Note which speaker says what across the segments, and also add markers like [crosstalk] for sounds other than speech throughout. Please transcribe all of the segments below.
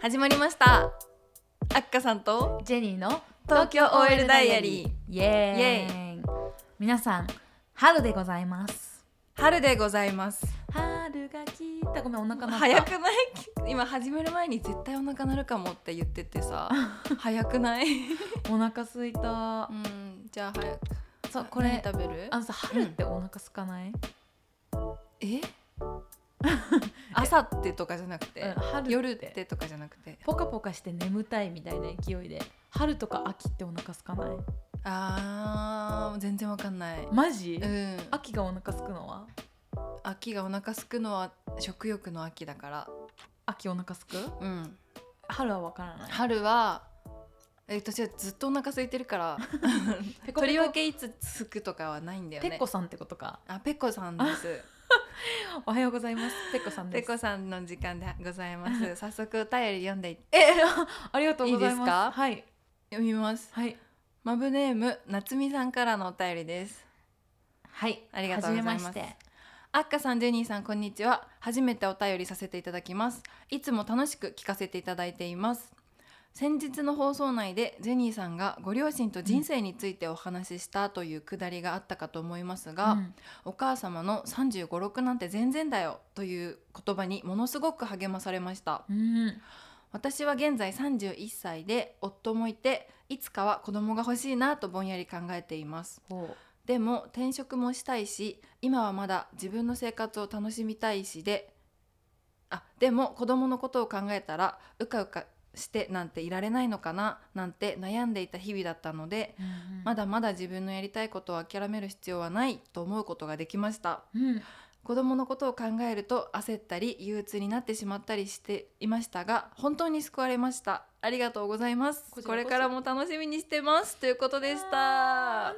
Speaker 1: 始まりましたあっかさんと
Speaker 2: ジェニーの
Speaker 1: 東京 OL ダイアリ
Speaker 2: ーイエーイ皆さん春でございます
Speaker 1: 春でございます
Speaker 2: 春が来たごめんお腹鳴った
Speaker 1: 早くない [laughs] 今始める前に絶対お腹鳴るかもって言ってて
Speaker 2: [laughs]
Speaker 1: さ早くない
Speaker 2: お腹空いた
Speaker 1: うんじゃあ早く
Speaker 2: そうこれ
Speaker 1: 何食べる
Speaker 2: あのさ春ってお腹空かない、 [laughs]
Speaker 1: え朝ってとかじゃなくて、
Speaker 2: うん春って
Speaker 1: 夜ってとかじゃなくて
Speaker 2: ポカポカして眠たいみたいな勢いで春とか秋ってお腹空かない
Speaker 1: あー全然わかんない、
Speaker 2: マジ、
Speaker 1: うん
Speaker 2: 秋がお腹空くのは
Speaker 1: 秋がお腹すくのは食欲の秋だから
Speaker 2: 秋お腹空く
Speaker 1: うん
Speaker 2: 春はわからない
Speaker 1: 春はえ私はずっとお腹空いてるから [laughs]
Speaker 2: ペコ
Speaker 1: とり
Speaker 2: ペ
Speaker 1: わ
Speaker 2: コ
Speaker 1: けいつつくとかはないんだよ
Speaker 2: ペ
Speaker 1: ね
Speaker 2: ッコさんってことか
Speaker 1: あペコさんです
Speaker 2: おはようございますペッコさん
Speaker 1: ペ
Speaker 2: です
Speaker 1: コさんの時間でございます [laughs] 早速お便り読んでい
Speaker 2: えありがとうございます
Speaker 1: いいですか
Speaker 2: はい
Speaker 1: 読みます
Speaker 2: はい
Speaker 1: マブネーム夏美さんからのお便りです
Speaker 2: はい
Speaker 1: ありがとうございます
Speaker 2: 初めまして
Speaker 1: あっかさんジェニーさんこんにちは初めてお便りさせていただきますいつも楽しく聞かせていただいています先日の放送内でジェニーさんがご両親と人生についてお話ししたというくだりがあったかと思いますが、
Speaker 2: うん
Speaker 1: お母様の35、6なんて全然だよという言葉にものすごく励まされました
Speaker 2: うん
Speaker 1: 私は現在31歳で夫もいていつかは子供が欲しいなとぼんやり考えています
Speaker 2: ほ
Speaker 1: でも転職もしたいし今はまだ自分の生活を楽しみたいしであでも子供のことを考えたらうかうかしてなんていられないのかななんて悩んでいた日々だったので
Speaker 2: う、うん
Speaker 1: ま、だまだ自分のやりたいことを諦める必要はないと思うことができました
Speaker 2: うん、
Speaker 1: 子供のことを考えると焦ったり憂鬱になってしまったりしていましたが本当に救われましたありがとうございます
Speaker 2: こちらこそ
Speaker 1: これからも楽しみにしてますということでした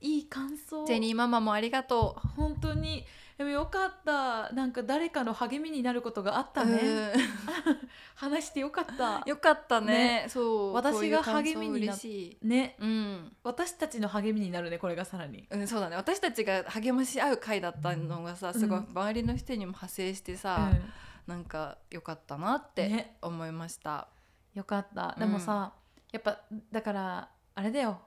Speaker 2: いい感想
Speaker 1: ジェニーママもありがと
Speaker 2: 本当にでもよかったなんか誰かの励みになることがあっ
Speaker 1: う
Speaker 2: たね
Speaker 1: うん
Speaker 2: 話してよかった
Speaker 1: よかったねそう
Speaker 2: 私
Speaker 1: こういう
Speaker 2: が
Speaker 1: 感想
Speaker 2: 励みになっ
Speaker 1: 嬉しい
Speaker 2: ね
Speaker 1: うん、
Speaker 2: 私たちの励みになるねこれがさらに
Speaker 1: うん、そうだね私たちが励まし合う会だったのがさすごい
Speaker 2: うん
Speaker 1: 周りの人にも派生してさ、なんか良かったなっ
Speaker 2: うん
Speaker 1: て
Speaker 2: ね
Speaker 1: 思いました、
Speaker 2: よかった
Speaker 1: うん
Speaker 2: でもさ、やっぱだからあれだよ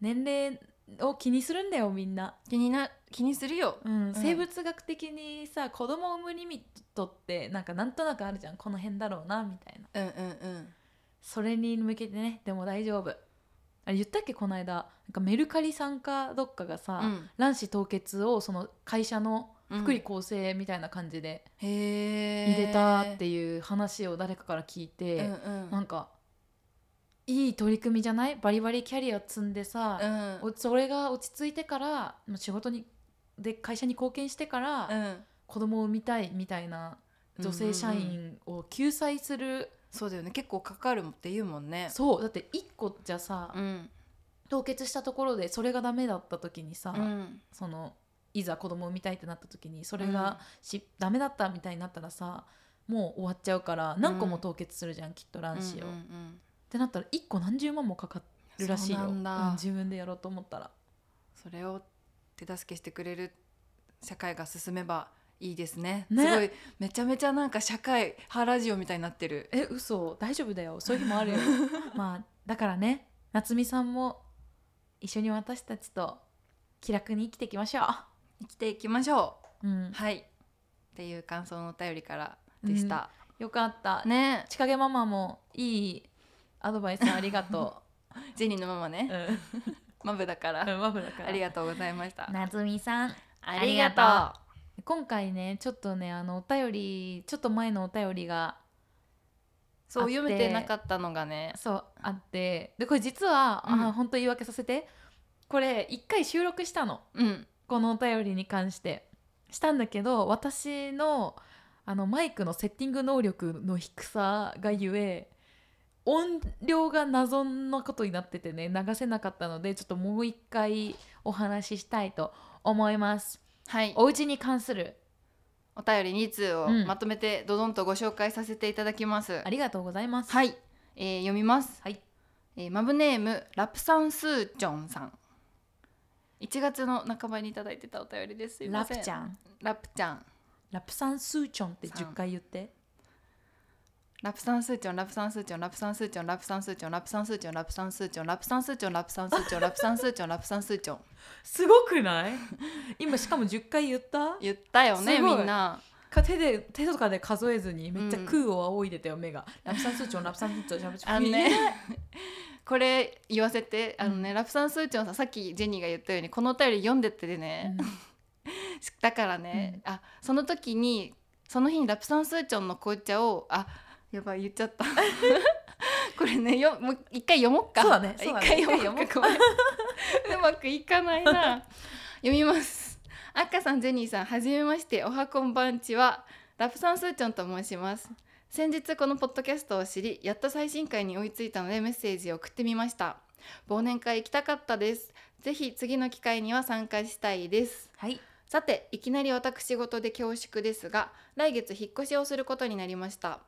Speaker 2: 年齢を気にするんだよみんな、
Speaker 1: 気にな気にするよ
Speaker 2: うん生物学的にさ子供を産むリミットってなんかなんとなくあるじゃんこの辺だろうなみたいな
Speaker 1: うんうんうん
Speaker 2: それに向けてねでも大丈夫あれ言ったっけこの間なんかメルカリさんかどっかがさ、
Speaker 1: うん
Speaker 2: 卵子凍結をその会社の
Speaker 1: うん
Speaker 2: 福利厚生みたいな感じで
Speaker 1: 入
Speaker 2: 入れたっていう話を誰かから聞いて、
Speaker 1: うんうん
Speaker 2: なんかいい取り組みじゃないバリバリキャリア積んで
Speaker 1: う
Speaker 2: さ、
Speaker 1: ん
Speaker 2: おそれが落ち着いてからまあ仕事にで会社に貢献してから、
Speaker 1: うん
Speaker 2: 子供を産みたいみたいな女性社
Speaker 1: うんうんうん
Speaker 2: 員を救済する、
Speaker 1: そうだよね結構かかるって言うもんね
Speaker 2: そうだって1個じゃさ、
Speaker 1: うん
Speaker 2: 凍結したところでそれがダメだった時にさ、
Speaker 1: うん
Speaker 2: そのいざ子供を産みたいってなった時にそれがし、ダメだったみたいになったらさもう終わっちゃうから何個も凍結するじゃん、きっと卵子
Speaker 1: うん
Speaker 2: を、
Speaker 1: う
Speaker 2: っ
Speaker 1: んうん
Speaker 2: てなったら1個何十万もかかるらしいよ
Speaker 1: そうなんだ
Speaker 2: うん自分でやろうと思ったら
Speaker 1: それを手助けしてくれる社会が進めばいいですね
Speaker 2: ね
Speaker 1: すごいめちゃめちゃなんか社会派ラジオみたいになってる
Speaker 2: え嘘大丈夫だよそういう日もあるよまあだからね夏美さんも一緒に私たちと気楽に生きていきましょ
Speaker 1: [laughs] 生きていきましょ
Speaker 2: う、うん
Speaker 1: う、はいっていう感想のお便りからでした、
Speaker 2: よかった、ね、
Speaker 1: ね
Speaker 2: ちかげママもいいアドバイスありがとう
Speaker 1: ジェニーのママ [laughs] ね、
Speaker 2: うん
Speaker 1: マブだから、
Speaker 2: マブだか
Speaker 1: ありがとうございました
Speaker 2: なずみさん
Speaker 1: あ
Speaker 2: りがと今回ねちょっとねあのお便りちょっと前のお便りが
Speaker 1: そう
Speaker 2: あって
Speaker 1: 読めてなかったのがね
Speaker 2: そうあってでこれ実は、
Speaker 1: うん
Speaker 2: あ本当言い訳させてこれ一回収録したの
Speaker 1: うん
Speaker 2: このお便りに関してしたんだけど私のあのマイクのセッティング能力の低さがゆえ音量が謎のことになっててね流せなかったのでちょっともう一回お話ししたいと思います
Speaker 1: はい
Speaker 2: お家に関する
Speaker 1: お便り2通を
Speaker 2: うん
Speaker 1: まとめてドドンとご紹介させていただきます、
Speaker 2: ありがとうございます
Speaker 1: はい、えー読みます、
Speaker 2: はい
Speaker 1: えーマブネームラプサンスーチョンさん1月の半ばにいただいてたお便りですすいま
Speaker 2: ラ
Speaker 1: せ
Speaker 2: プ
Speaker 1: ん
Speaker 2: ちゃん
Speaker 1: ラプちゃん
Speaker 2: ラプサンスーチョンって
Speaker 1: さん
Speaker 2: 10回言って
Speaker 1: ラプサンスーチョンラプサンスーチョンラプサンスーチョンラプサンスーチョンラプサンスーチョンラプサンスーチョンラプサンスーチョンラプサンスーチョンラプサンスーチョンラプサンスーチョン
Speaker 2: すごくない [laughs] 今しかも10回言った
Speaker 1: 言ったよね
Speaker 2: すご
Speaker 1: み
Speaker 2: い
Speaker 1: んな
Speaker 2: か手で手とかで数えずにめっちゃ空を仰いでたよ、目がラプサンスーチョンラプサンスーチョンラプサ
Speaker 1: あ
Speaker 2: ンス
Speaker 1: の
Speaker 2: ーチョン
Speaker 1: ね [laughs] これ言わせてあのね、
Speaker 2: う
Speaker 1: ラプサンスーチョンさんさっきジェニーが言ったようにこのお便り読んでってで
Speaker 2: う
Speaker 1: ね、
Speaker 2: ん
Speaker 1: [laughs] だからね、あその時にその日にラプサンスーチョンの紅茶をあやばい言っちゃった [laughs] これねよもう一回読もうか
Speaker 2: そうだねそうだね
Speaker 1: 一回読もう
Speaker 2: 一回
Speaker 1: かごめん [laughs] うまくいかないな [laughs] 読みます赤さんジェニーさんはじめましておはこんばんちはラプサンスーチョンと申します先日このポッドキャストを知りやっと最新回に追いついたのでメッセージを送ってみました忘年会行きたかったですぜひ次の機会には参加したいです
Speaker 2: はい
Speaker 1: さていきなり私事で恐縮ですが来月引っ越しをすることになりました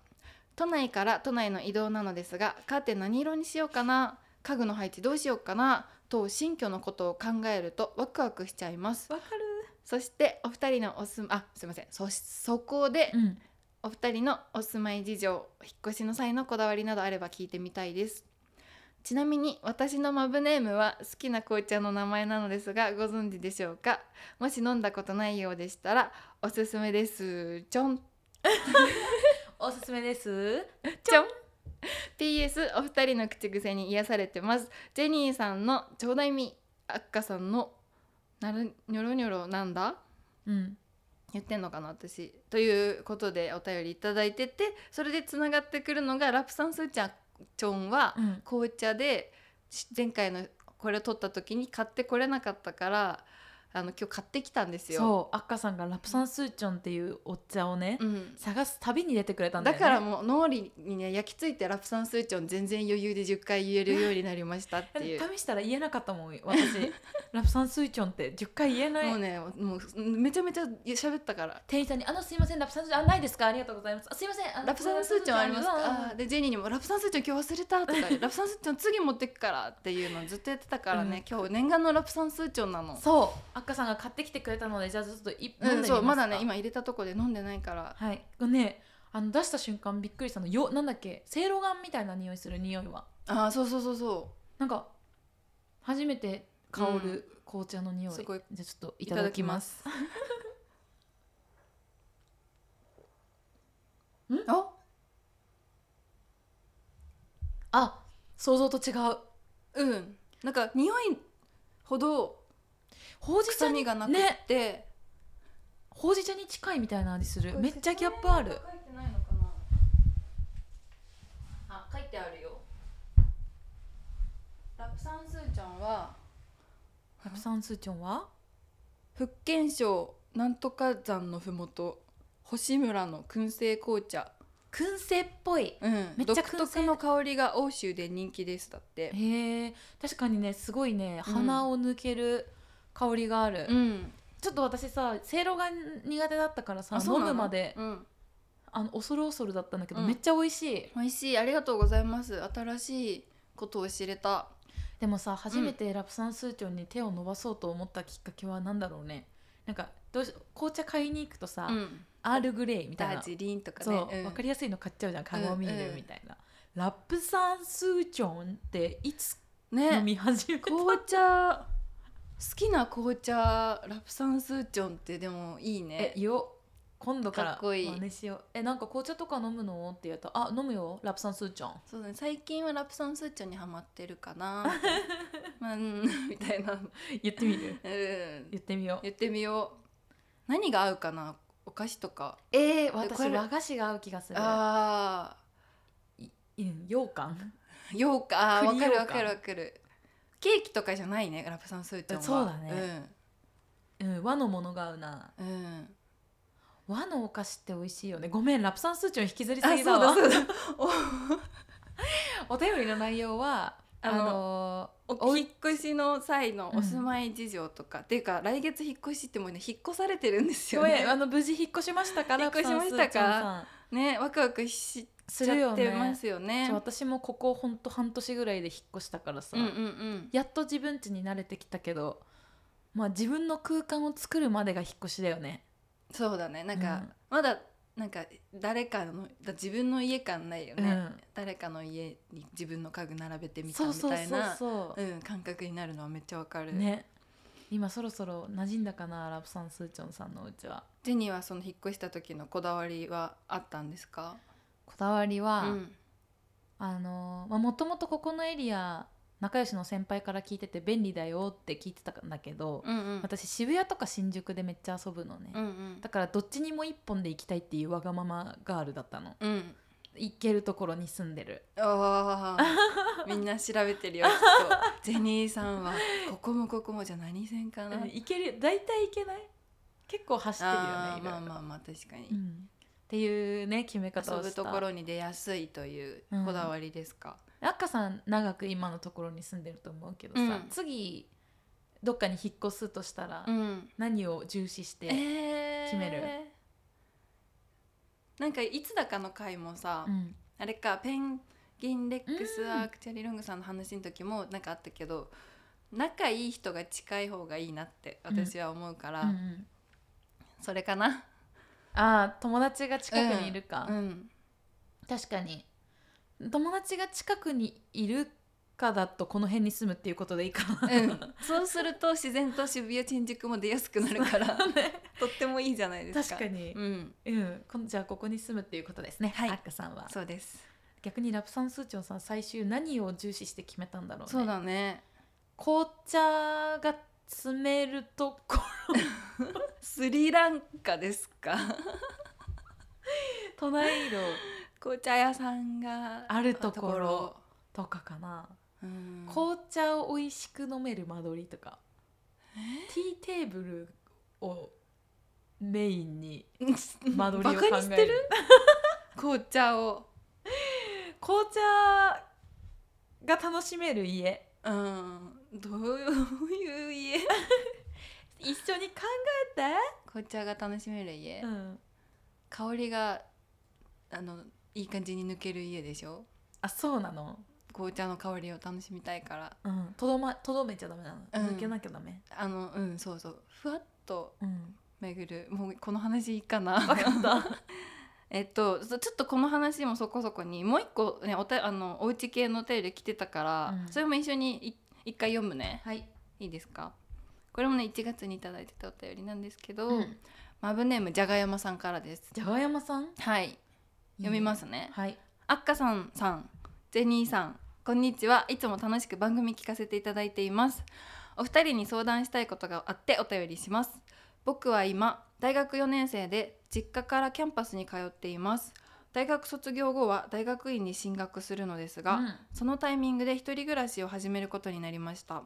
Speaker 1: 都内から都内の移動なのですがカーテン何色にしようかな家具の配置どうしようかなと新居のことを考えるとワクワクしちゃいます
Speaker 2: わか
Speaker 1: そしてお二人のお住あすいませんそそこで
Speaker 2: るうん
Speaker 1: お二人のお住まい事情引っ越しの際のこだわりなどあれば聞いてみたいですちなみに私のマブネームは好きな紅茶の名前なのですがご存知でしょうかもし飲んだことないようでしたらおすすめですちょん
Speaker 2: おすすめです
Speaker 1: ちょん PS お二人の口癖に癒されてますジェニーさんのちょうだいみあっかさんのなるにょろにょろなんだ
Speaker 2: うん
Speaker 1: 言ってんのかな私ということでお便りいただいててそれでつながってくるのがラプサンスーちゃんチョンは
Speaker 2: うん
Speaker 1: 紅茶でし前回のこれを取った時に買ってこれなかったからあの今日買ってきたんですよ。
Speaker 2: そうアッカさんがラプサンスーチョンっていうお茶をね、
Speaker 1: うん
Speaker 2: 探す旅に出てくれたんだ
Speaker 1: だ
Speaker 2: よね
Speaker 1: からもう脳裏にね焼き付いてラプサンスーチョン全然余裕で10回言えるようになりましたって
Speaker 2: だって
Speaker 1: [laughs] いう。
Speaker 2: 試したら言えなかったもん私 [laughs] ラプサンスーチョンって10回言えない
Speaker 1: もうねもうめちゃめちゃ喋ったから。
Speaker 2: 店員さんに「あのすいませんラプサンスーチョンあないですかありがとうございますあすいませんあの
Speaker 1: ラプサンスーチョンありますかあ
Speaker 2: は
Speaker 1: ーでジェニーにも「ラプサンスーチョン今日忘れた」とか「ラプサンスーチョン次持ってくから」っていうのをずっとやってたからね、今日念願のラプサンスーチョンなの
Speaker 2: そうアッカさんが買ってきてくれたのでじゃあちょっと一
Speaker 1: う
Speaker 2: 本
Speaker 1: ん、そうまだね今入れたとこで飲んでないから
Speaker 2: はいねあの出した瞬間びっくりしたのよなんだっけせいろがんみたいな匂いする匂いは
Speaker 1: ああそうそうそうそ
Speaker 2: なんか初めて香る紅茶の匂い、
Speaker 1: すごい
Speaker 2: じゃあちょっといただきま
Speaker 1: [laughs]
Speaker 2: す
Speaker 1: うあ
Speaker 2: あ想像と違う
Speaker 1: うんなんか匂いほど
Speaker 2: ほうじ茶
Speaker 1: 臭み
Speaker 2: に
Speaker 1: がなくって、
Speaker 2: ほうじ茶に近いみたいな味する
Speaker 1: これ
Speaker 2: めっちゃギャップある
Speaker 1: 説明が書いてないのかなあ書いてあるよラプサンスーちゃんは
Speaker 2: ラプサンスーチョンは
Speaker 1: 福建省なんとか山のふもと星村の燻製紅茶、
Speaker 2: 燻製っぽい
Speaker 1: うん、
Speaker 2: めっちゃ
Speaker 1: 独
Speaker 2: 燻製
Speaker 1: 特の香りが欧州で人気ですだって
Speaker 2: へえ確かにねすごいね
Speaker 1: うん
Speaker 2: 鼻を抜ける香りがある、
Speaker 1: うん
Speaker 2: ちょっと私させいろが苦手だったからさ
Speaker 1: そう
Speaker 2: 飲
Speaker 1: なの
Speaker 2: むまで
Speaker 1: うん、
Speaker 2: あの恐る恐るだったんだけど、
Speaker 1: うん
Speaker 2: めっちゃ美味しい
Speaker 1: 美味しいありがとうございます新しいことを知れた
Speaker 2: でもさ初めてラプサンスーチョンに手を伸ばそうと思ったきっかけは何だろうねなんかどうし紅茶買いに行くとさ、
Speaker 1: うん
Speaker 2: アールグレイみたい
Speaker 1: ダ
Speaker 2: な
Speaker 1: ージリンとか
Speaker 2: そう、
Speaker 1: ね
Speaker 2: わ
Speaker 1: ん
Speaker 2: かりやすいの買っちゃうじゃん鏡見
Speaker 1: うんう
Speaker 2: る
Speaker 1: ん
Speaker 2: みたいな、ラップサンスーチョンっていつ飲
Speaker 1: ね
Speaker 2: み始めた、
Speaker 1: 紅茶好きな紅茶ラプサンスーチョンってでもいいね
Speaker 2: えよ今度から
Speaker 1: かっこいい
Speaker 2: 真似しようえなんか紅茶とか飲むのって言ったらあ飲むよラプサンスーチョン
Speaker 1: そうだね最近はラプサンスーチョンにハマってるか
Speaker 2: [laughs]
Speaker 1: なまあうん [laughs] みたいな
Speaker 2: 言ってみる
Speaker 1: うん
Speaker 2: [laughs] 言ってみよう
Speaker 1: 言ってみよう何が合うかなお菓子とか
Speaker 2: えー、
Speaker 1: こ
Speaker 2: 私
Speaker 1: れ
Speaker 2: 和菓子が合う気がする
Speaker 1: あ
Speaker 2: うん羊羹
Speaker 1: ーようかあーわ
Speaker 2: 栗
Speaker 1: かるわ
Speaker 2: 羊羹
Speaker 1: かるわかるケーキとかじゃないねラプサンスーチョンは
Speaker 2: そうだねうん和のものが合うな
Speaker 1: うん、うん、
Speaker 2: 和のお菓子って美味しいよねごめんラプサンスーチョン引きずりす
Speaker 1: あ
Speaker 2: ぎ
Speaker 1: そ
Speaker 2: だ
Speaker 1: うだ
Speaker 2: わ
Speaker 1: そうだ
Speaker 2: [laughs] お便りの内容は
Speaker 1: あ
Speaker 2: あ
Speaker 1: の
Speaker 2: の
Speaker 1: お引っ越しの際の
Speaker 2: うん
Speaker 1: お住まい事情とか、っていうか来月引っ越しってもうね引っ越されてるんですよ
Speaker 2: ごめんあ
Speaker 1: ね。
Speaker 2: の無事引っ越しましたか
Speaker 1: 引
Speaker 2: ら
Speaker 1: っ越しましたか
Speaker 2: か
Speaker 1: ねワクワクし
Speaker 2: す
Speaker 1: ち
Speaker 2: る
Speaker 1: ゃ
Speaker 2: よ
Speaker 1: っ
Speaker 2: ね
Speaker 1: てますよね。
Speaker 2: そう私もここほんと半年ぐらいで引っ越したからさ、
Speaker 1: うんうんうん。
Speaker 2: やっと自分家に慣れてきたけどまあ自分の空間を作るまでが引っ越しだよね
Speaker 1: そうだねなんか、
Speaker 2: うん
Speaker 1: まだなんか誰かのだ自分の家感ないよね、
Speaker 2: うん
Speaker 1: 誰かの家に自分の家具並べてみた
Speaker 2: そう
Speaker 1: み
Speaker 2: そう
Speaker 1: たい
Speaker 2: そう
Speaker 1: な
Speaker 2: そう
Speaker 1: う、ん、感覚になるのはめっちゃわかる、
Speaker 2: ね今そろそろ馴染んだかなラブさんスーチョンさんのうちは
Speaker 1: ジェニーはその引っ越した時のこだわりはあったんですか
Speaker 2: こだわりは、
Speaker 1: うん
Speaker 2: あのまあもともとここのエリア仲良しの先輩から聞いてて便利だよって聞いてたんだけど、
Speaker 1: うんうん
Speaker 2: 私渋谷とか新宿でめっちゃ遊ぶのね、
Speaker 1: うんうん
Speaker 2: だからどっちにも一本で行きたいっていうわがままガールだったの
Speaker 1: うん
Speaker 2: 行けるところに住んでる
Speaker 1: あーみんな調べてるよきっとジェニーさんはここもここもじゃあ何線かな
Speaker 2: うん行ける大体行けない結構走ってるよね
Speaker 1: あー
Speaker 2: いろい
Speaker 1: まあ
Speaker 2: ろ
Speaker 1: まあまあ確かに、
Speaker 2: うんっていうね決め方
Speaker 1: 遊
Speaker 2: を
Speaker 1: ぶ
Speaker 2: した
Speaker 1: ところに出やすいというこだわりですか、
Speaker 2: 赤さん長く今のところに住んでると思うけどさ、
Speaker 1: うん
Speaker 2: 次どっかに引っ越すとしたら、
Speaker 1: うん
Speaker 2: 何を重視して、
Speaker 1: えー
Speaker 2: 決め
Speaker 1: なんかいつだかの回もさ、
Speaker 2: うん
Speaker 1: あれかペンギンレックス・
Speaker 2: うん
Speaker 1: アークチャリ・ロングさんの話の時もなんかあったけど仲いい人が近い方がいいなって私は思うから、
Speaker 2: うんうん
Speaker 1: それかな
Speaker 2: ああ友達が近くにいるか、
Speaker 1: うん
Speaker 2: 確かに友達が近くにいるかだとこの辺に住むっていうことでいいかな、 [laughs]
Speaker 1: うんそうすると自然と渋谷新宿も出やすくなる
Speaker 2: [laughs]
Speaker 1: からとってもいいじゃないですか
Speaker 2: 確かに、
Speaker 1: うん
Speaker 2: うん、こんじゃあここに住むっていうことですね、
Speaker 1: はい
Speaker 2: アッカさんは
Speaker 1: そうです
Speaker 2: 逆にラプサンスーチョンさん最終何を重視して決めたんだろうね
Speaker 1: そうだね
Speaker 2: 紅茶が詰めるところ
Speaker 1: スリランカですか
Speaker 2: トナイロ
Speaker 1: 紅茶屋さんが
Speaker 2: あるところとかかな、
Speaker 1: うん
Speaker 2: 紅茶を美味しく飲める間取りとかティーテーブルをメインに
Speaker 1: [laughs]
Speaker 2: 間取りを考え
Speaker 1: バ
Speaker 2: る
Speaker 1: カにしてる紅茶を
Speaker 2: 紅茶が楽しめる家
Speaker 1: うんどういう家 [laughs]
Speaker 2: 一緒に考
Speaker 1: 紅茶が楽しめる家、
Speaker 2: えて、うん、
Speaker 1: 香りがあのいい感じに抜ける家でしょ
Speaker 2: あそうなの
Speaker 1: 紅茶の香りを楽しみたいから
Speaker 2: うんとど、ま、とどめちゃダメなの、
Speaker 1: うん
Speaker 2: 抜けなきゃダメ
Speaker 1: あのうんそうそうふわっと
Speaker 2: うん
Speaker 1: 巡るもうこの話いいかな
Speaker 2: [laughs] 分かった
Speaker 1: えっとそちょっとこの話もそこそこにもう一個ねおたあのおうち系のお便り来てたから、
Speaker 2: うん
Speaker 1: それも一緒にい一回読むね
Speaker 2: はい、
Speaker 1: いいですかこれもね1月にいただいてたお便りなんですけど、
Speaker 2: うん、
Speaker 1: マブネームじゃがやまさんからです
Speaker 2: じゃがやまさん
Speaker 1: はい読みますね
Speaker 2: はい
Speaker 1: あっかさんさんジェニーさんこんにちはいつも楽しく番組聞かせていただいていますお二人に相談したいことがあってお便りします僕は今大学4年生で実家からキャンパスに通っています大学卒業後は大学院に進学するのですが、
Speaker 2: うん
Speaker 1: そのタイミングで一人暮らしを始めることになりました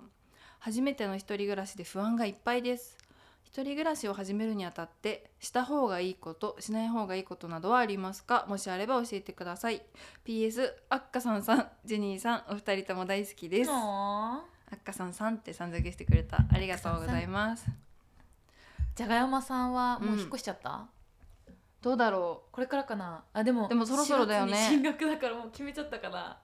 Speaker 1: 初めての一人暮らしで不安がいっぱいです一人暮らしを始めるにあたってした方がいいことしない方がいいことなどはありますかもしあれば教えてください PS あっかさんさんジェニーさんお二人とも大好きですあ
Speaker 2: あ
Speaker 1: っかさんさんってさん付けしてくれたありがとうございます
Speaker 2: ーじゃがやまさんはもう
Speaker 1: うん
Speaker 2: 引っ越しちゃった、
Speaker 1: どうだろ
Speaker 2: これからかなあでも
Speaker 1: でもそろそろだよね
Speaker 2: 4月に進学だからもう決めちゃったから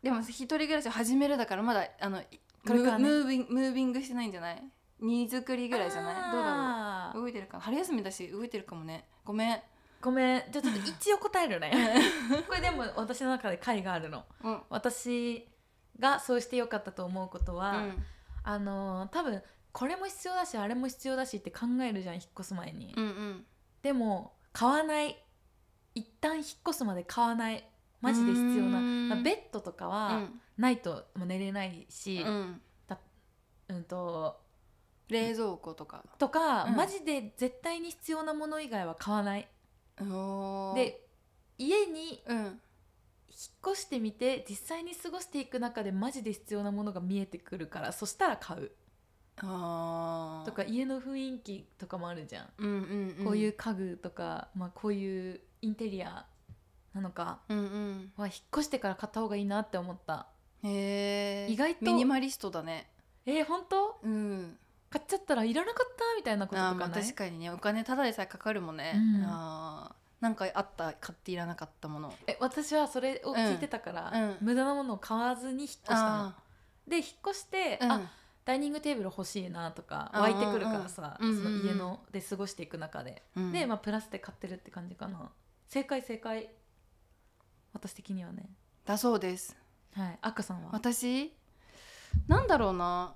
Speaker 1: うでも一人暮らしを始めるだからまだあの
Speaker 2: これからね
Speaker 1: ムービングムービングしてないんじゃない荷造りぐらいじゃないどうだろう
Speaker 2: だう
Speaker 1: 動いてるかな春休みだし動いてるかもねごめん、
Speaker 2: ごめんじゃあちょっと一応答え
Speaker 1: [laughs]
Speaker 2: るねこれでも私の中で解があるの
Speaker 1: うん
Speaker 2: 私がそうしてよかったと思うことは、あのー多分これも必要だしあれも必要だしって考えるじゃん引っ越す前に、
Speaker 1: うんうん
Speaker 2: でも買わない一旦引っ越すまで買わないマジで必要
Speaker 1: うーん
Speaker 2: なベッドとか
Speaker 1: う
Speaker 2: は
Speaker 1: ん
Speaker 2: ないともう寝れないし、
Speaker 1: うん
Speaker 2: うんと
Speaker 1: 冷蔵庫とか
Speaker 2: とか、
Speaker 1: うん
Speaker 2: マジで絶対に必要なもの以外は買わない
Speaker 1: おー
Speaker 2: で家に
Speaker 1: うん
Speaker 2: 引っ越してみて実際に過ごしていく中でマジで必要なものが見えてくるからそしたら買う
Speaker 1: あー
Speaker 2: とか家の雰囲気とかもあるじゃん、
Speaker 1: うんうんん
Speaker 2: こういう家具とか、まあ、こういうインテリアなのか
Speaker 1: うん
Speaker 2: は引っ越してから買った方がいいなって思った
Speaker 1: うんへえ
Speaker 2: 意外と
Speaker 1: ミニマリストだね
Speaker 2: えー、本当
Speaker 1: うん
Speaker 2: 買っちゃったらいらなかったみたいなことと
Speaker 1: あ
Speaker 2: か
Speaker 1: ーまあ
Speaker 2: ない
Speaker 1: 確かにねお金ただでさえかかるもんね、
Speaker 2: うん
Speaker 1: あーなんかあった買っていらなかったもの
Speaker 2: え私はそれを聞いてたから、
Speaker 1: うんうん
Speaker 2: 無駄なものを買わずに引っ越したの
Speaker 1: あ
Speaker 2: で引っ越して、
Speaker 1: ーうん
Speaker 2: あダイニングテーブル欲しいなとか
Speaker 1: あー
Speaker 2: 湧いてくるからさ、
Speaker 1: うんうん
Speaker 2: その家ので過ごしていく中で、
Speaker 1: うん
Speaker 2: で、まあ、プラスで買ってるって感じかな正解正解私的にはね
Speaker 1: だそうです
Speaker 2: はい赤さんは
Speaker 1: 私なんだろうな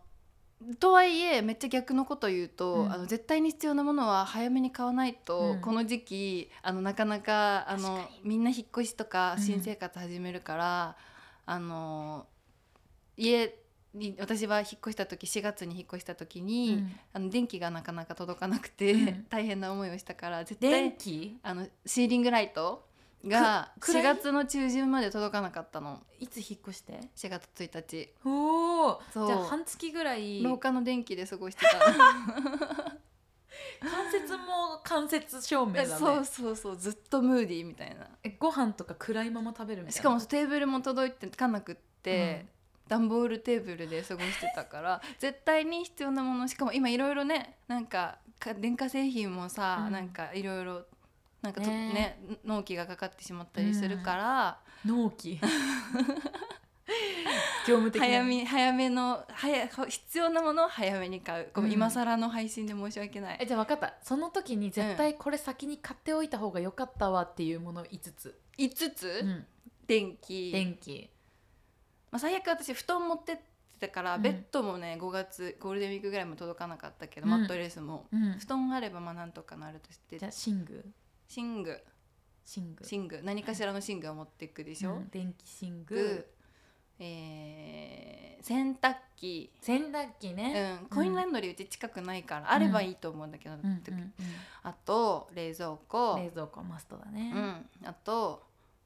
Speaker 1: とはいえめっちゃ逆のこと言うと、
Speaker 2: うん
Speaker 1: あの絶対に必要なものは早めに買わないと、
Speaker 2: うん
Speaker 1: この時期あのなかなかあの
Speaker 2: 確か
Speaker 1: みんな引っ越しとか
Speaker 2: うん
Speaker 1: 新生活始めるから、あの家に私は引っ越した時4月に引っ越した時に、あ
Speaker 2: うん
Speaker 1: の電気がなかなか届かなくて、
Speaker 2: うん
Speaker 1: [laughs] 大変な思いをしたから絶
Speaker 2: 電
Speaker 1: 対
Speaker 2: 気
Speaker 1: あのシーリングライトが
Speaker 2: く
Speaker 1: 4
Speaker 2: 暗い
Speaker 1: 月の中旬まで届かなかったの
Speaker 2: いつ引っ越して
Speaker 1: 4月1日。
Speaker 2: おお
Speaker 1: そう
Speaker 2: じゃあ半月ぐらい
Speaker 1: 廊
Speaker 2: 関
Speaker 1: 下の電気で過ごしてた
Speaker 2: 節も間接照明だ
Speaker 1: [laughs]
Speaker 2: ね
Speaker 1: そうそうそうずっとムーディーみたいな
Speaker 2: えご飯とか暗いまま食べるみたいな
Speaker 1: [laughs] しかもテーブルも届いてかなくって、段ボールテーブルで過ごしてたから絶対に必要なものしかも今いろいろねなんかか電化製品もさ、
Speaker 2: うん
Speaker 1: なんかいろいろなんかとね
Speaker 2: ね
Speaker 1: 納期がかかってしまったりするから、
Speaker 2: 納
Speaker 1: [laughs]
Speaker 2: 期業務的な
Speaker 1: 早め早めの早必要なものを早めに買うごめん、
Speaker 2: うん
Speaker 1: 今更の配信で申し訳ない
Speaker 2: えじゃあ分かったその時に絶対これ先に買っておいた方が良かったわっていうもの5つ、
Speaker 1: 5つ、
Speaker 2: うん
Speaker 1: 電気
Speaker 2: 電気
Speaker 1: まあ、最悪私布団持ってってたから、
Speaker 2: うん
Speaker 1: ベッドもね5月ゴールデンウィークぐらいも届かなかったけど、
Speaker 2: うん
Speaker 1: マットレスも
Speaker 2: うん
Speaker 1: 布団があればまあなんとかなるとして
Speaker 2: じゃあ寝具
Speaker 1: 寝具
Speaker 2: 寝具
Speaker 1: 寝具何かしらの寝具を持っていくでしょ、
Speaker 2: うん電気寝具
Speaker 1: 具えー洗濯機
Speaker 2: 洗濯機
Speaker 1: う
Speaker 2: ね、
Speaker 1: ん、コインランドリーうち近くないから、あればいいと思うんだけど、
Speaker 2: うんうんうん
Speaker 1: あと冷蔵庫
Speaker 2: 冷蔵庫マストだね、
Speaker 1: うん、あと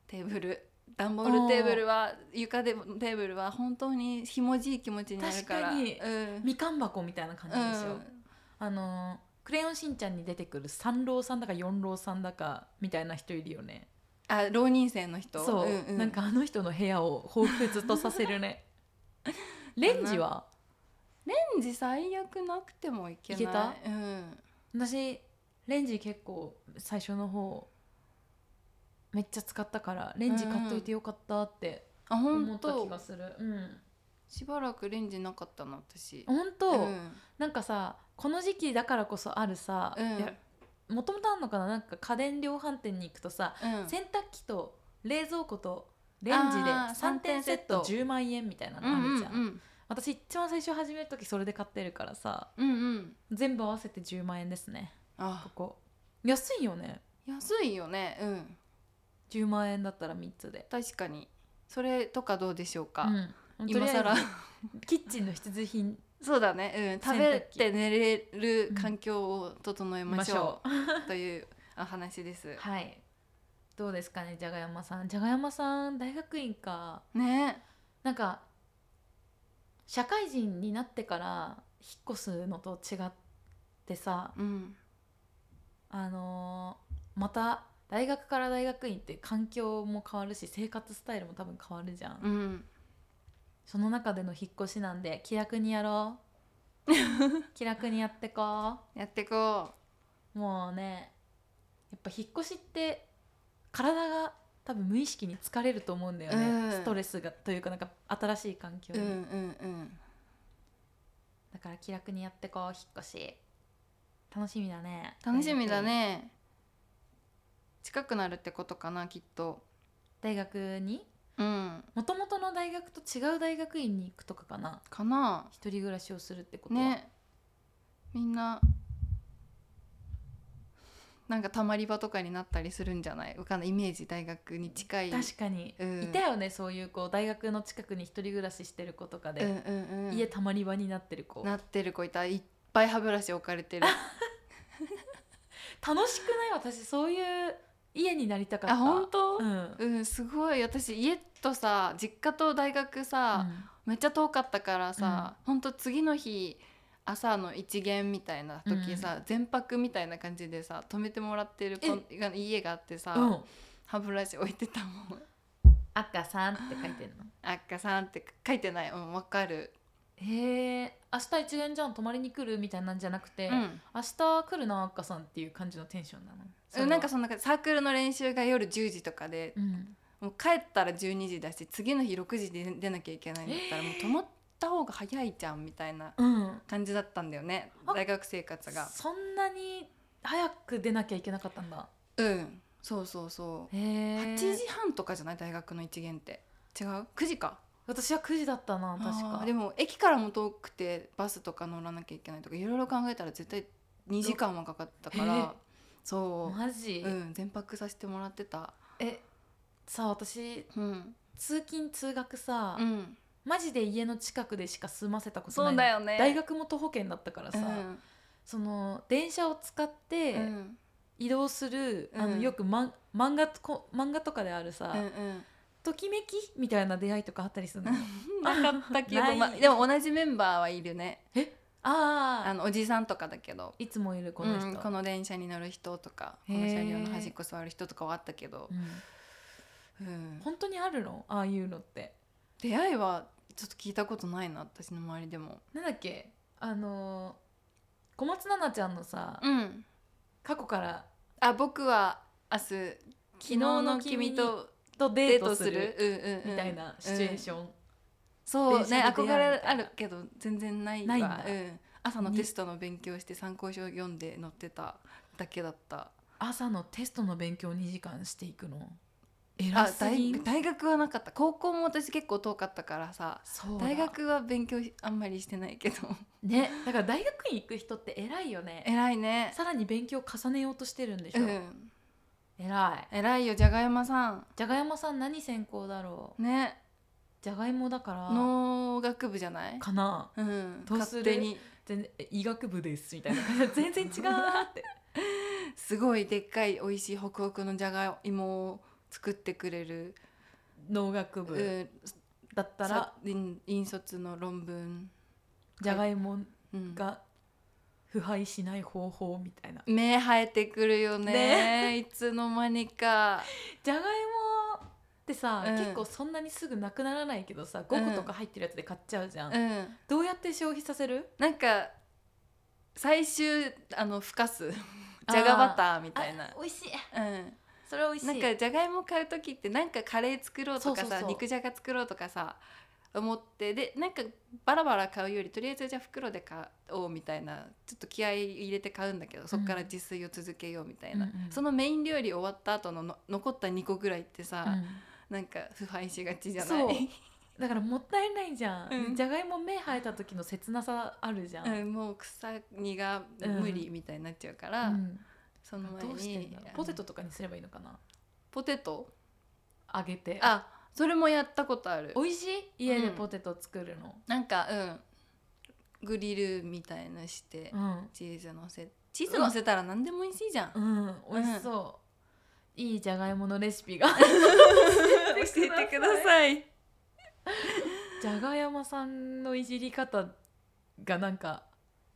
Speaker 1: テーブル段ボールテーブルは床でテーブルは本当にひもじい気持ちになるから
Speaker 2: 確かに
Speaker 1: うん、
Speaker 2: みかん箱みたいな感じでしょ、あのークレヨンしんちゃんに出てくる三郎さんだか四郎さんだかみたいな人いるよね
Speaker 1: あ浪人生の人
Speaker 2: そう、
Speaker 1: んうん、
Speaker 2: なんかあの人の部屋を彷彿とさせ
Speaker 1: [laughs]
Speaker 2: るねレンジは
Speaker 1: レンジ最悪なくてもいけない
Speaker 2: いけた
Speaker 1: うん、
Speaker 2: 私レンジ結構最初の方めっちゃ使ったからレンジ買っといてよかったって
Speaker 1: あ
Speaker 2: 思
Speaker 1: 本
Speaker 2: った気
Speaker 1: 当
Speaker 2: がするうん
Speaker 1: しばらくレンジなかったな私
Speaker 2: 本当、
Speaker 1: ん
Speaker 2: なんかさこの時期だからこそあるさ
Speaker 1: うん
Speaker 2: もともとあるのかななんか家電量販店に行くとさ、
Speaker 1: うん、
Speaker 2: 洗濯機と冷蔵庫とレンジで
Speaker 1: あー
Speaker 2: 3点セッ
Speaker 1: 三
Speaker 2: ト
Speaker 1: 点セ
Speaker 2: 10万円みたいなの
Speaker 1: うん
Speaker 2: あ
Speaker 1: う
Speaker 2: る
Speaker 1: ん
Speaker 2: じゃん,、
Speaker 1: うん
Speaker 2: 私一番最初始める時それで買ってるからさ
Speaker 1: うんうん
Speaker 2: 全部合わせて10万円ですねこ
Speaker 1: あ
Speaker 2: こ安いよね
Speaker 1: 安いよねうん
Speaker 2: 10万円だったら3つで
Speaker 1: 確かにそれとかどうでしょうか、
Speaker 2: うん、
Speaker 1: 今
Speaker 2: とりあ
Speaker 1: 更 [laughs]
Speaker 2: えずキッチンの必需品
Speaker 1: そうだね、うん、食
Speaker 2: 洗
Speaker 1: べ
Speaker 2: 濯機
Speaker 1: て寝れる環境を整えましょ
Speaker 2: う
Speaker 1: [laughs] う、というお話です
Speaker 2: [laughs] はいどうですかねじゃがやまさんじゃがやまさん大学院か
Speaker 1: ね
Speaker 2: なんか社会人になってから引っ越すのと違ってさ
Speaker 1: うん
Speaker 2: あのーまた大学から大学院って環境も変わるし生活スタイルも多分変わるじゃん、
Speaker 1: うん
Speaker 2: その中での引っ越しなんで気楽にやろ
Speaker 1: [laughs]
Speaker 2: う気楽にやってこ
Speaker 1: やってこう
Speaker 2: うもうねやっぱ引っ越しって体が多分無意識に疲れると思うんだよね、
Speaker 1: うん
Speaker 2: ストレスがというかなんか新しい環境
Speaker 1: う
Speaker 2: に、
Speaker 1: んうんうん
Speaker 2: だから気楽にやってこう引っ越し楽しみだね
Speaker 1: 楽しみだね近くなるってことかなきっと
Speaker 2: 大学に
Speaker 1: うん
Speaker 2: もともとの大学と違う大学院に行くとかかな
Speaker 1: かな
Speaker 2: 一人暮らしをするってことは、
Speaker 1: ねみんななんかたまり場とかになったりするんじゃないわかんないイメージ大学に近い
Speaker 2: 確かに、
Speaker 1: うん
Speaker 2: いたよねそういう子大学の近くに一人暮らししてる子とか
Speaker 1: うん
Speaker 2: で、
Speaker 1: うんうん
Speaker 2: 家たまり場になってる子
Speaker 1: なってる子いたいっぱい歯ブラシ置かれてる
Speaker 2: 楽しくない私そういう家になりたかった
Speaker 1: あ本当
Speaker 2: う、ん
Speaker 1: うん、すごい私家とさ実家と大学さ、めっちゃ遠かったからさ、ほんと次の日朝の一限みたいな時さ、全泊みたいな感じでさ泊めてもらってるコンが家があってさ、
Speaker 2: うんうん
Speaker 1: 歯ブラシ置いてたもん [laughs]
Speaker 2: 赤さんって書いてるの
Speaker 1: 「あっかさん」って書いてないうんわかる、
Speaker 2: [gasps] へえ明日一元じゃん泊まりに来るみたいなんじゃなくて、
Speaker 1: うん
Speaker 2: 明日来るな赤さんっていう感じのテンションなのそ
Speaker 1: う
Speaker 2: れは
Speaker 1: ん、なんかそんな感じサークルの練習が夜10時とかで
Speaker 2: うん
Speaker 1: もう帰ったら12時だし次の日6時で出なきゃいけないんだったらもう泊まっった方が早いじゃんみたいな
Speaker 2: うん、
Speaker 1: 感じだったんだよね
Speaker 2: あ
Speaker 1: 大学生活が
Speaker 2: そんなに早く出なきゃいけなかったんだ
Speaker 1: うんそうそうそう
Speaker 2: へ
Speaker 1: 8
Speaker 2: え
Speaker 1: 時半とかじゃない大学の一限って違う9時か
Speaker 2: 私は9時だったな確
Speaker 1: あ
Speaker 2: か
Speaker 1: ーでも駅からも遠くてバスとか乗らなきゃいけないとかいろいろ考えたら絶対2時間はかかったか
Speaker 2: えー
Speaker 1: らそ
Speaker 2: マジ、
Speaker 1: う、うん、全泊させてもらってた
Speaker 2: えさあ私
Speaker 1: うん、
Speaker 2: 通勤通学さ、
Speaker 1: うん、
Speaker 2: マジで家の近くでしか住ませたことない
Speaker 1: そうだよね
Speaker 2: 大学も徒歩圏だったからさ、
Speaker 1: うん
Speaker 2: その電車を使って
Speaker 1: うん
Speaker 2: 移動する、あ
Speaker 1: う
Speaker 2: の
Speaker 1: ん
Speaker 2: よくマン漫画とこ漫画とかであるさ、
Speaker 1: うんうん
Speaker 2: ときめきみたいな出会いとかあったりするの
Speaker 1: なかったけ
Speaker 2: な
Speaker 1: ど、
Speaker 2: い
Speaker 1: ま [laughs] あ、でも同じメンバーはいるね
Speaker 2: ああ
Speaker 1: あのおじさんとかだけど
Speaker 2: いつもいるこの人、
Speaker 1: うんこの電車に乗る人とか
Speaker 2: へ
Speaker 1: こ
Speaker 2: ー
Speaker 1: の車両の端っこ座る人とかはあったけど
Speaker 2: う、ん
Speaker 1: うん、
Speaker 2: 本当にあるのああいうのって
Speaker 1: 出会いはちょっと聞いたことないな私の周りでも
Speaker 2: なんだっけあのー小松菜奈ちゃんのさ、
Speaker 1: うん
Speaker 2: 過去から
Speaker 1: あ僕は明日昨日の君と
Speaker 2: とデ
Speaker 1: デー
Speaker 2: ート
Speaker 1: ト
Speaker 2: す
Speaker 1: す
Speaker 2: る
Speaker 1: るうんうんうん
Speaker 2: みたいなシチュエーション、
Speaker 1: そうね
Speaker 2: 電車で
Speaker 1: 憧
Speaker 2: 出会うみ
Speaker 1: れ
Speaker 2: た
Speaker 1: あ
Speaker 2: いな
Speaker 1: るけど全然ないわ
Speaker 2: ないんだ
Speaker 1: うん、朝のテストの勉強して参考書読んで乗ってただけだった
Speaker 2: 朝のテストの勉強2時間していくの
Speaker 1: あ
Speaker 2: 偉すぎ
Speaker 1: 大
Speaker 2: ん
Speaker 1: 大学はなかった高校も私結構遠かったからさ
Speaker 2: そうだ
Speaker 1: 大学は勉強あんまりしてないけど
Speaker 2: ねだから大学院行く人って [laughs] 偉いよね
Speaker 1: 偉いね
Speaker 2: さらに勉強重ねようとしてるんでし
Speaker 1: う
Speaker 2: ょ、
Speaker 1: ん
Speaker 2: 偉い
Speaker 1: 偉いよじゃがいもさん
Speaker 2: じゃがやまさん何専攻だろう
Speaker 1: ね
Speaker 2: じゃがいもだから
Speaker 1: 農学部じゃない
Speaker 2: かな
Speaker 1: うん
Speaker 2: どう
Speaker 1: 勝
Speaker 2: する
Speaker 1: 手に
Speaker 2: 全然え医学部ですみたいな感じ全然違うなって
Speaker 1: すごいでっかい美味しいホクホクのじゃがいもを作ってくれる、
Speaker 2: 農学
Speaker 1: う
Speaker 2: 部、
Speaker 1: ん、
Speaker 2: だったら
Speaker 1: さ引引率の論文、
Speaker 2: じゃがいも
Speaker 1: うん、
Speaker 2: が腐敗しない方法みたいな
Speaker 1: 目生えてくるよね [laughs]
Speaker 2: ね
Speaker 1: いつの間にか
Speaker 2: じゃがいもってさ、
Speaker 1: うん
Speaker 2: 結構そんなにすぐなくならないけどさ5個とか入ってるやつで買っちゃうじゃん、
Speaker 1: うん
Speaker 2: どうやって消費させる
Speaker 1: なんか最終あのふかすじゃがバターみ
Speaker 2: あ
Speaker 1: たいな、
Speaker 2: 美味しい
Speaker 1: うん、
Speaker 2: それ美味しい
Speaker 1: なんかじゃがいも買う時ってなんかカレー作ろうとかさ
Speaker 2: そうそうそう
Speaker 1: 肉じゃが作ろうとかさ思ってでなんかバラバラ買うよりとりあえずじゃあ袋で買おうみたいなちょっと気合い入れて買うんだけどそっから自炊を続けようみたいな、
Speaker 2: うんうん
Speaker 1: そのメイン料理終わった後のの残った2個ぐらいってさ、
Speaker 2: うん
Speaker 1: なんか腐敗しがちじゃない
Speaker 2: そうだからもったいないじゃん、
Speaker 1: うん
Speaker 2: じゃがいも芽生えた時の切なさあるじゃん、
Speaker 1: [laughs] うん、もう草にが無理みたいになっちゃうから、
Speaker 2: うん
Speaker 1: その前
Speaker 2: どうしてん
Speaker 1: に
Speaker 2: だろうポテトとかにすればいいのかな
Speaker 1: ポテト
Speaker 2: 揚げて
Speaker 1: あそれもやったことある
Speaker 2: 美味しい家で
Speaker 1: うん
Speaker 2: ポテト作るの、
Speaker 1: なんかうんグリルみたいのして、
Speaker 2: うん
Speaker 1: チーズのせチーズのせたら何でも美味しいじゃん
Speaker 2: うん、美味しそう、いいじゃがいものレシピが
Speaker 1: 教えてください
Speaker 2: いじゃがやまさんのいじり方がなんか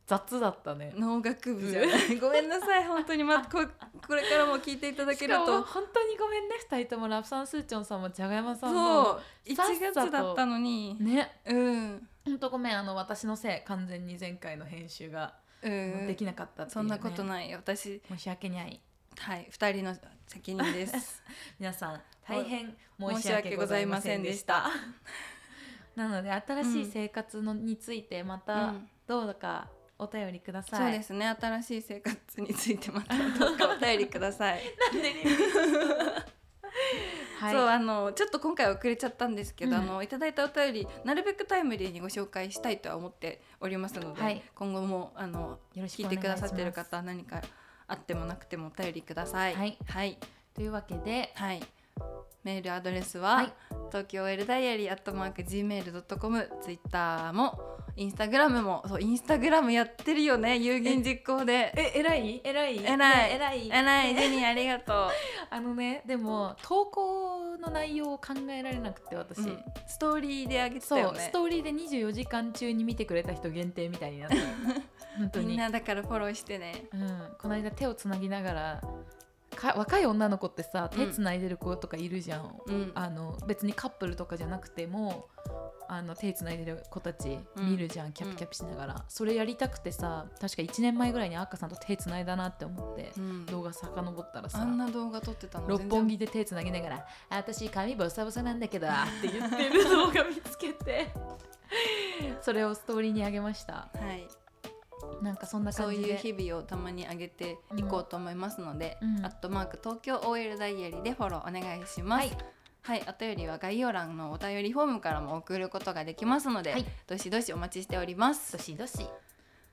Speaker 2: 雑だったね
Speaker 1: 農学部じゃない [laughs] ごめんなさい本当にまここれからも聞いていただけ
Speaker 2: し
Speaker 1: る
Speaker 2: かも
Speaker 1: と
Speaker 2: 本当にごめんね2人ともラプサンスーチョンさんもじゃがやまさん
Speaker 1: そ
Speaker 2: も
Speaker 1: う1月だったのに
Speaker 2: ね
Speaker 1: うん
Speaker 2: ほんとごめんあの私のせい完全に前回の編集が
Speaker 1: う
Speaker 2: で
Speaker 1: ん
Speaker 2: きなかったっていう、
Speaker 1: そ
Speaker 2: ね
Speaker 1: んなことないよ私
Speaker 2: 申し訳ない
Speaker 1: はい2人の責任です
Speaker 2: 皆さん大変申し訳ございませんでした
Speaker 1: た [laughs]
Speaker 2: なので新しい生活のについてま
Speaker 1: う
Speaker 2: た
Speaker 1: ん
Speaker 2: どうかお便りください、
Speaker 1: そうですね新しい生活についてま
Speaker 2: [laughs]
Speaker 1: たどうかお便りください、 [laughs]
Speaker 2: はい
Speaker 1: そうあのちょっと今回遅れちゃったんですけど、
Speaker 2: うん
Speaker 1: あのいただいたお便りなるべくタイムリーにご紹介したいとは思っておりますので、
Speaker 2: はい
Speaker 1: 今後もあの
Speaker 2: よろしく
Speaker 1: 聞
Speaker 2: お
Speaker 1: いて
Speaker 2: 願い
Speaker 1: く
Speaker 2: し
Speaker 1: だ
Speaker 2: ます
Speaker 1: さってる方は何かあってもなくてもお便りください
Speaker 2: はい
Speaker 1: はい、
Speaker 2: というわけで
Speaker 1: はいメールアドレスは、
Speaker 2: はい
Speaker 1: 東京 L ダイアリーアットマーク Gmail.com ツイッターもインスタグラムもそうインスタグラムやってるよね有言実行で
Speaker 2: え偉い偉い
Speaker 1: 偉い
Speaker 2: ね偉い
Speaker 1: えらいジェニーありがと
Speaker 2: あのねでも投稿の内容を考えられなくて私、
Speaker 1: う、うんストーリーであげて
Speaker 2: そ
Speaker 1: た
Speaker 2: う、
Speaker 1: よね
Speaker 2: ストーリーで24時間中に見てくれた人限定みたいに
Speaker 1: [laughs]
Speaker 2: なった本当に
Speaker 1: みんなだからフォローしてね
Speaker 2: うん、この間手をつなぎながらか若い女の子ってさ
Speaker 1: うん
Speaker 2: 手つないでる子とかいるじゃん、
Speaker 1: うん
Speaker 2: あの別にカップルとかじゃなくてもあの手つないでる子たち
Speaker 1: うん
Speaker 2: 見るじゃん、キャピキャピしながら、それやりたくてさ確か1年前ぐらいに赤さんと手つないだなって思って、
Speaker 1: うん
Speaker 2: 動画遡ったら
Speaker 1: あ
Speaker 2: さ
Speaker 1: んな動画撮ってたの
Speaker 2: 六本木で手つなぎながら「
Speaker 1: [laughs]
Speaker 2: あ私髪ボサボサなんだけど」って言ってる動画見つけてそれをストーリーにあげました
Speaker 1: はい、
Speaker 2: なんかそんな
Speaker 1: そ
Speaker 2: 感
Speaker 1: う
Speaker 2: じ
Speaker 1: いう
Speaker 2: で
Speaker 1: 日々をたまに上げていこうと思いますので、
Speaker 2: うん
Speaker 1: アットマーク東京 OL ダイアリーでフォローお願いします。はいお便りは概要欄のお便りフォームからも送ることができますので、
Speaker 2: はい
Speaker 1: どしどしお待ちしております
Speaker 2: ど。しどし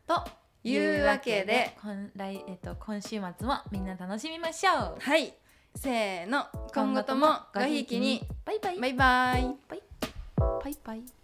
Speaker 2: と
Speaker 1: いうわけで
Speaker 2: 今来、えっと、今週末もみんな楽しみましょう
Speaker 1: はい、せーの、今後ともごひいきに。
Speaker 2: バイバイ
Speaker 1: バイバイ。
Speaker 2: バイバイ